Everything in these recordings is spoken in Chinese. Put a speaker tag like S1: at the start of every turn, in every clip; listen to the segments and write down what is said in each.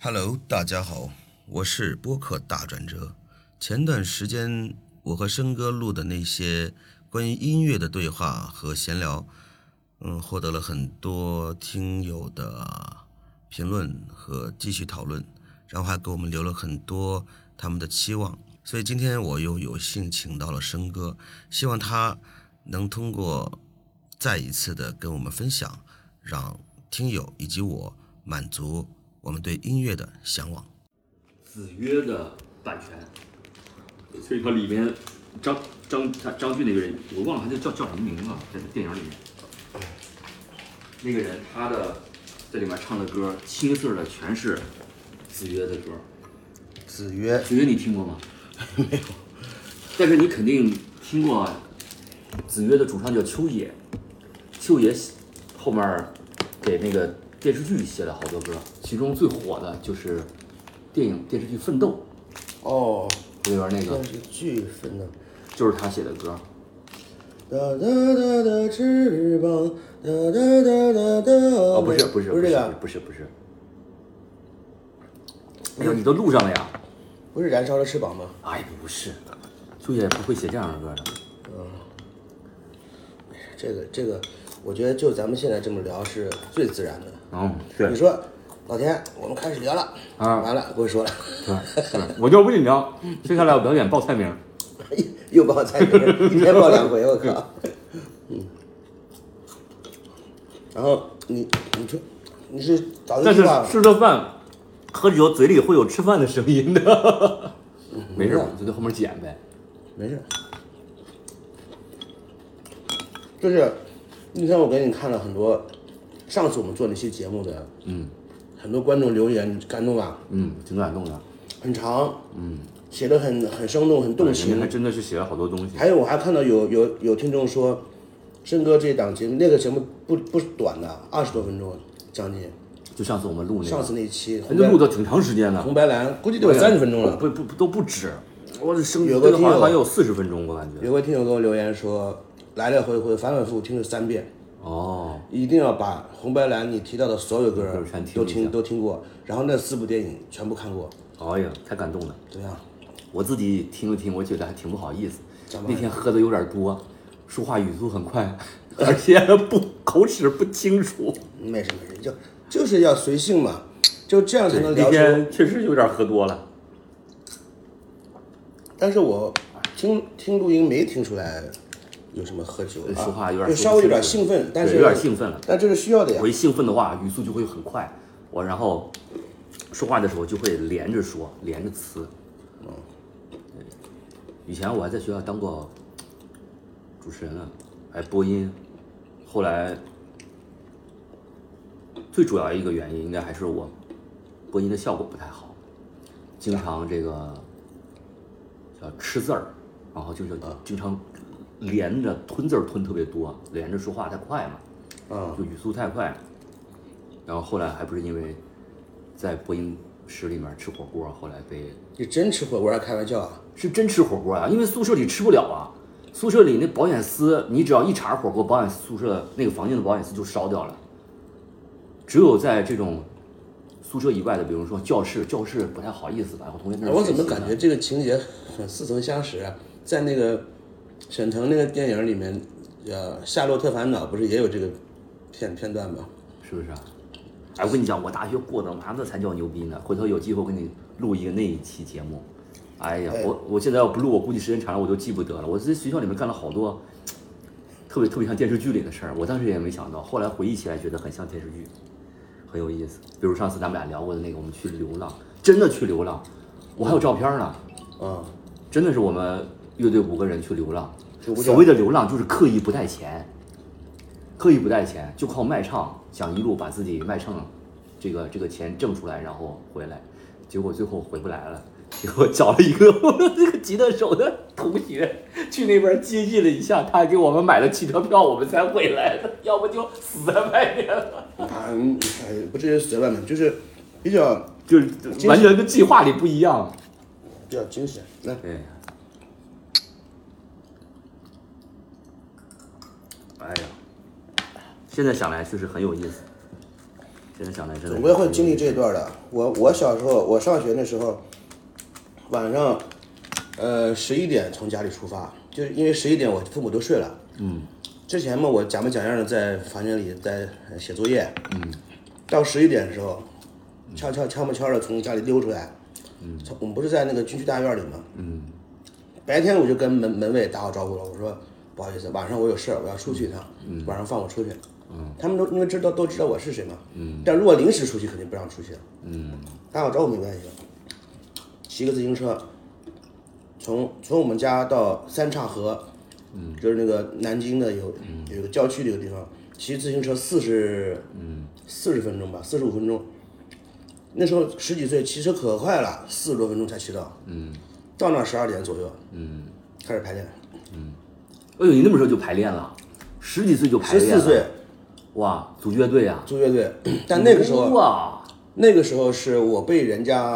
S1: Hello，大家好，我是播客大转折。前段时间我和生哥录的那些关于音乐的对话和闲聊，嗯，获得了很多听友的评论和继续讨论，然后还给我们留了很多他们的期望。所以今天我又有幸请到了生哥，希望他能通过再一次的跟我们分享，让听友以及我满足我们对音乐的向往。
S2: 子曰的版权，所以它里面张张他张炬那个人，我忘了他叫叫什么名字了，在电影里面，那个人他的在里面唱的歌，青涩的全是子曰的歌。
S1: 子曰
S2: 子曰你听过吗？没有，但是你肯定听过子曰的主唱叫秋野，秋野写后面儿给那个电视剧写了好多歌，其中最火的就是电影电视剧《奋斗》。
S1: 哦，
S2: 里边那个
S1: 是巨分呢。
S2: 就是他写的歌。
S1: 哒哒哒哒翅膀，哒哒哒哒哒。
S2: 哦，
S1: 哦
S2: 不是不是
S1: 不是这个，
S2: 不是不是。哎呦，你都录上了呀？
S1: 不是燃烧的翅膀吗？
S2: 哎，不是，秋叶不会写这样的歌的。
S1: 这个这个，我觉得就咱们现在这么聊是最自然的。
S2: 嗯，
S1: 你说，老田，我们开始聊了
S2: 啊
S1: 完了不会说了，
S2: 对对，我就是不紧张。接下来我表演报菜名。
S1: 又报菜名，一天报两回，我靠，嗯。然后你你说你是早自
S2: 但
S1: 习
S2: 是
S1: 吧？
S2: 吃着饭，喝酒嘴里会有吃饭的声音的。没事，我就在后面剪呗。
S1: 没事，就是那天我给你看了很多，上次我们做那期节目的，
S2: 嗯
S1: 很多观众留言，你感动吧？
S2: 嗯，挺感动的。
S1: 很长，嗯，写的很很生动，很动
S2: 人家还
S1: 情。
S2: 真的是写了好多东西。
S1: 还有我还看到有有有听众说，申哥这档节目那个节目不不短的，二十多分钟将近。
S2: 就上次我们录那
S1: 上
S2: 个，
S1: 次那期红
S2: 人家录
S1: 白啊
S2: 的挺长时间的。
S1: 红白蓝估计得有三十分钟了。
S2: 啊不不不都不止，我这生
S1: 有个
S2: 这好
S1: 听
S2: 像
S1: 友
S2: 还有四十分钟，我感觉。
S1: 有个听友给我留言说，来来回回反反复复听了三遍。
S2: 哦，
S1: 一定要把红白蓝你提到的所有歌儿
S2: 歌儿全听
S1: 都
S2: 一下
S1: 听都听过，然后那四部电影全部看过，啊
S2: 哎呀，太感动了！
S1: 怎么样？
S2: 我自己听了听，我觉得还挺不好意思
S1: 怎。么
S2: 那天喝的有点多，说话语速很快， 而且不口齿不清楚。
S1: 没事没事，就就是要随性嘛，就这样才能聊出。
S2: 那天确实有点喝多了。
S1: 但是我听听录音没听出来有什么喝酒啊，
S2: 说话有点
S1: 就稍微有点兴奋，但是
S2: 对有点兴奋了
S1: 但这是需要的呀
S2: 我。一兴奋的话，语速就会很快，我然后说话的时候就会连着说，连着词。嗯，以前我还在学校当过主持人呢，还播音。后来最主要一个原因，应该还是我播音的效果不太好，经常这个叫吃字儿，然后就是经常连着吞字儿吞特别多，连着说话太快嘛。
S1: 啊，
S2: 就语速太快。然后后来还不是因为在播音室里面吃火锅，后来被
S1: 你真吃火锅还开玩笑啊？
S2: 是真吃火锅啊，因为宿舍里吃不了啊。宿舍里那保险丝，你只要一查火锅，保险宿舍那个房间的保险丝就烧掉了。只有在这种宿舍以外的，比如说教室，教室不太好意思吧，我同学在那儿
S1: 哎我怎么
S2: 学习呢
S1: 感觉这个情节很似曾相识啊？在那个沈腾那个电影里面，呃，《夏洛特烦恼》不是也有这个片片段吗？
S2: 是不是啊？哎，我跟你讲，我大学过的妈那才叫牛逼呢！回头有机会我给你录一个那一期节目。哎呀，我我现在要不录，我估计时间长了我就记不得了。我在学校里面干了好多特别特别像电视剧里的事儿，我当时也没想到，后来回忆起来觉得很像电视剧，很有意思。比如上次咱们俩聊过的那个，我们去流浪，真的去流浪，我还有照片呢。
S1: 啊，
S2: 真的是我们乐队五个人去流浪
S1: 就。不叫
S2: 所谓的流浪就是刻意不带钱，刻意不带钱，就靠卖唱，想一路把自己卖唱这个这个钱挣出来，然后回来，结果最后回不来了。 结果找了一个 我的这个吉他手的同学去那边接应了一下，他还给我们买了汽车票，我们才回来的，要不就死在外面了。
S1: 啊，嗯哎，不至于死在外面，就是比较
S2: 就是完全跟计划里不一样。
S1: 比较精神。来，
S2: 对。哎呀，现在想来确实很有意思。现在想来真的
S1: 总归会经历这一段的。我我小时候，我上学那时候，晚上，呃，十一点从家里出发，就是因为十一点我父母都睡了。嗯。之前嘛，我假模假样的在房间里在呃写作业。嗯。到十一点的时候，悄悄悄不悄的从家里溜出来。嗯。我们不是在那个军区大院里吗？嗯。白天我就跟门门卫打好招呼了，我说不好意思，晚上我有事儿，我要出去一趟，晚上放我出去。他们都因为知道都知道我是谁嘛。但如果临时出去，肯定不让出去。嗯。打好招呼没关系。骑个自行车，从从我们家到三岔河，嗯，就是那个南京的有、有个郊区这个地方，骑自行车四十，嗯，四十分钟吧，四十五分钟。那时候十几岁，骑车可快了，四十多分钟才骑到。嗯。到那十二点左右，嗯，开始排练，
S2: 哎呦，你那么时候就排练了，十几岁就排
S1: 十
S2: 练了，
S1: 四岁
S2: 哇，组乐队啊，
S1: 组乐 队，但那个时候
S2: 哇，
S1: 那个时候是我被人家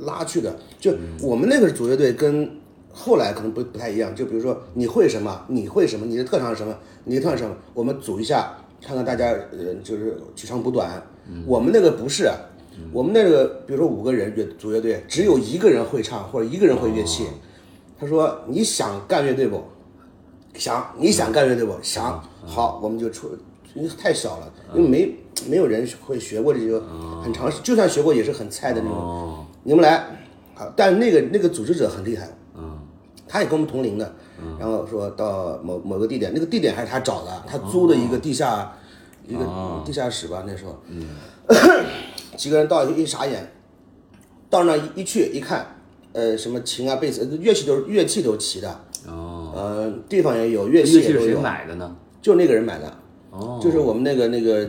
S1: 拉去的，就
S2: 嗯
S1: 我们那个组乐队跟后来可能不不太一样，就比如说你会什么，你会什么，你的特长是什么，你的特长是什么，我们组一下，看看大家呃就是取长补短。
S2: 嗯
S1: 我们那个不是，啊我们那个比如说五个人乐组乐队，只有一个人会唱或者一个人会乐器。
S2: 哦
S1: 他说你想干乐队不？想，你想干乐队不？想，好，我们就出，因为太小了，因为没没有人会学过这个很长时，就算学过也是很菜的那
S2: 哦
S1: 种。你们来，好，但那个那个组织者很厉害，他也跟我们同龄的，
S2: 嗯
S1: 然后说到某某个地点，那个地点还是他找的，他租的一个地
S2: 哦
S1: 下一个地下室吧，那时候，
S2: 嗯
S1: 几个人到一傻眼，到那一一去一看，呃，什么琴啊、贝斯、呃乐器都是乐器都齐的，
S2: 哦，
S1: 呃，地方也有，
S2: 乐
S1: 乐器也
S2: 是
S1: 都
S2: 谁
S1: 有，
S2: 买的呢？
S1: 就那个人买的，
S2: 哦，
S1: 就是我们那个那个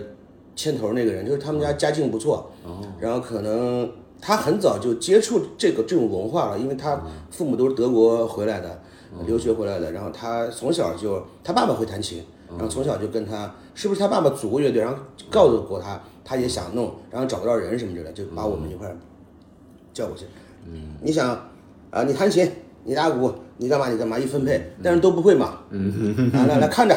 S1: 牵头那个人，就是他们家家境不错，然后可能他很早就接触这个这种文化了，因为他父母都是德国回来的，留学回来的，然后他从小就他爸爸会弹琴，然后从小就跟他是不是他爸爸组过乐队，然后告诉过他，他也想弄，然后找不到人什么之类的，就把我们一块儿叫过去。嗯，你想啊、你弹琴，你打鼓，你干嘛你干嘛一分配，但是都不会嘛。嗯，来来来看着。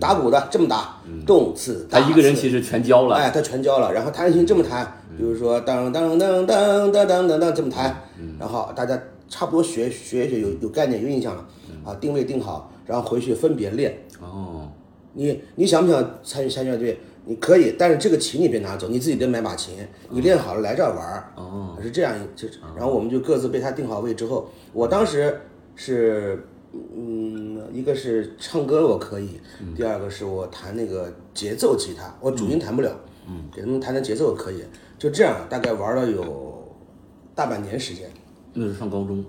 S1: 打鼓的这么打，动次
S2: 他
S1: 打
S2: 一个人
S1: 次
S2: 其实全教了，
S1: 哎，他全教了，然后弹琴这么弹，比如说当当当当当当当当这么弹，然后大家差不多学学一学，有有概念有印象了，啊，定位定好，然后回去分别练。
S2: 哦，
S1: 你你想不想参与参与乐队？你可以，但是这个琴你别拿走，你自己得买把琴，你练好了来这儿玩儿。
S2: 哦，
S1: 是这样，就是，然后我们就各自被他定好位之后，我当时是，嗯，一个是唱歌我可以，第二个是我弹那个节奏吉他，我主音弹不了，嗯，给他们弹的节奏我可以，就这样，大概玩了有大半年时间，
S2: 那是上高中，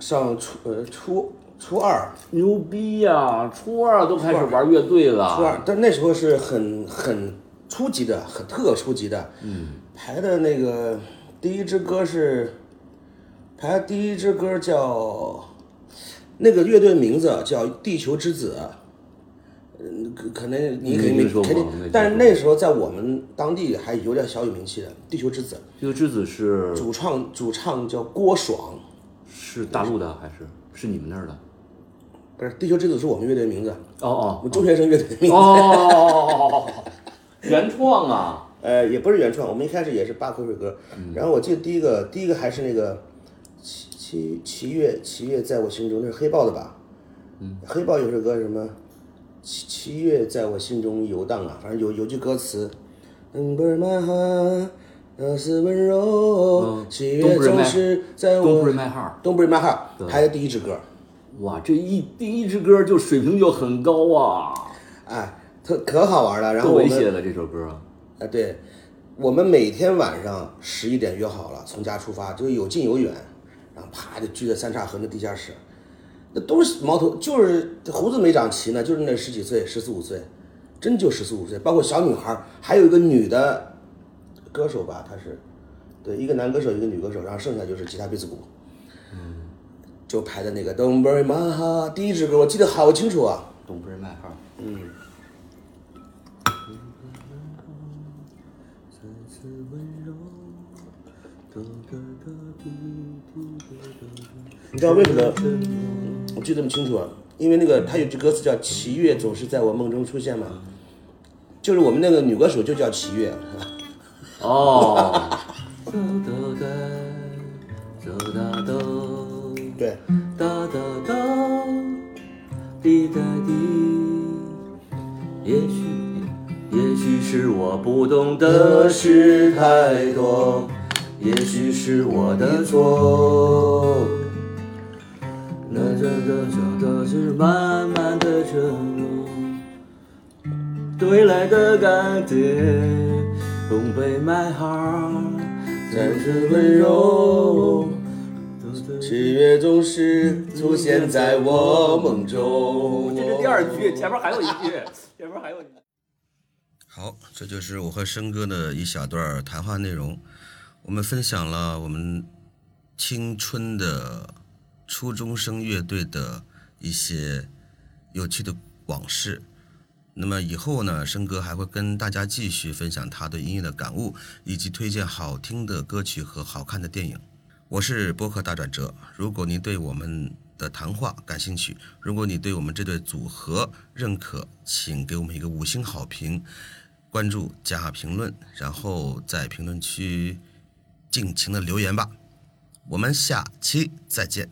S1: 上初呃初初二，
S2: 牛逼呀、初二都开始玩乐队了，
S1: 初二，但那时候是很很初级的，很特初级的。嗯，排的那个第一支歌是，排的第一支歌叫，那个乐队名字啊叫《地球之子》。啊嗯，可可能你肯定
S2: 没听说过
S1: 肯定
S2: 没听，
S1: 但是那时候在我们当地还有点小有名气的《地球之子
S2: 这个之子是》，
S1: 主唱主唱叫郭爽，
S2: 是大陆的还是是你们那儿的？
S1: 不是《地球之子》是我们乐队名字，我
S2: 哦哦
S1: 们中学生乐队名字。
S2: 哦哦哦，原创啊！
S1: 呃，也不是原创，我们一开始也是扒口水歌，
S2: 嗯
S1: 然后我记得第一个第一个还是那个七七七月七月在我心中，那是黑豹的吧？嗯，黑豹有首歌是什么？七七月在我心中游荡啊，反正有有句歌词，Number my heart，那是温柔，
S2: 嗯
S1: 七月
S2: Don't break my-
S1: 总是在
S2: Don't
S1: 我
S2: break my heart。
S1: Don't break my heart，排的第一支歌，
S2: 哇，这一第一支歌就水平就很高啊！
S1: 哎，特可好玩了。然后
S2: 窦
S1: 我
S2: 唯
S1: 们
S2: 写的这首歌，
S1: 啊，对，我们每天晚上十一点约好了，从家出发，就是有近有远，然后啪就聚在三岔河那地下室，那都是毛头，就是胡子没长齐呢，就是那十几岁、十四五岁，真就十四五岁，包括小女孩儿，还有一个女的歌手吧，她是，对，一个男歌手，一个女歌手，然后剩下就是吉他、贝斯、鼓。就排的那个《Don't Bury My Heart》第一支歌，我记得好清楚啊！
S2: 《Don't Break My Heart》。
S1: 你知道为什么我记得这么清楚啊？因为那个他有句歌词叫“七月总是在我梦中出现”嘛，就是我们那个女歌手就叫七月，
S2: 哦，走得该，走得到，
S3: 对，
S2: 哒哒哒，滴答滴。也许，也许是我不懂得事太多，也许是我的错。那这这这都是慢慢的承诺。对来的感觉，Don't break my heart，
S3: 但是温柔，
S2: 这
S3: 喜悦总是出现在我梦中。
S2: 是第二句，前面还有一句，前面还有一句。
S1: 好，这就是我和申哥的一小段儿谈话内容。我们分享了我们青春的初中生乐队的一些有趣的往事。那么以后呢，申哥还会跟大家继续分享他对音乐的感悟，以及推荐好听的歌曲和好看的电影。我是播客大转折。如果您对我们的谈话感兴趣，如果你对我们这对组合认可，请给我们一个五星好评，关注加评论，然后在评论区尽情的留言吧。我们下期再见。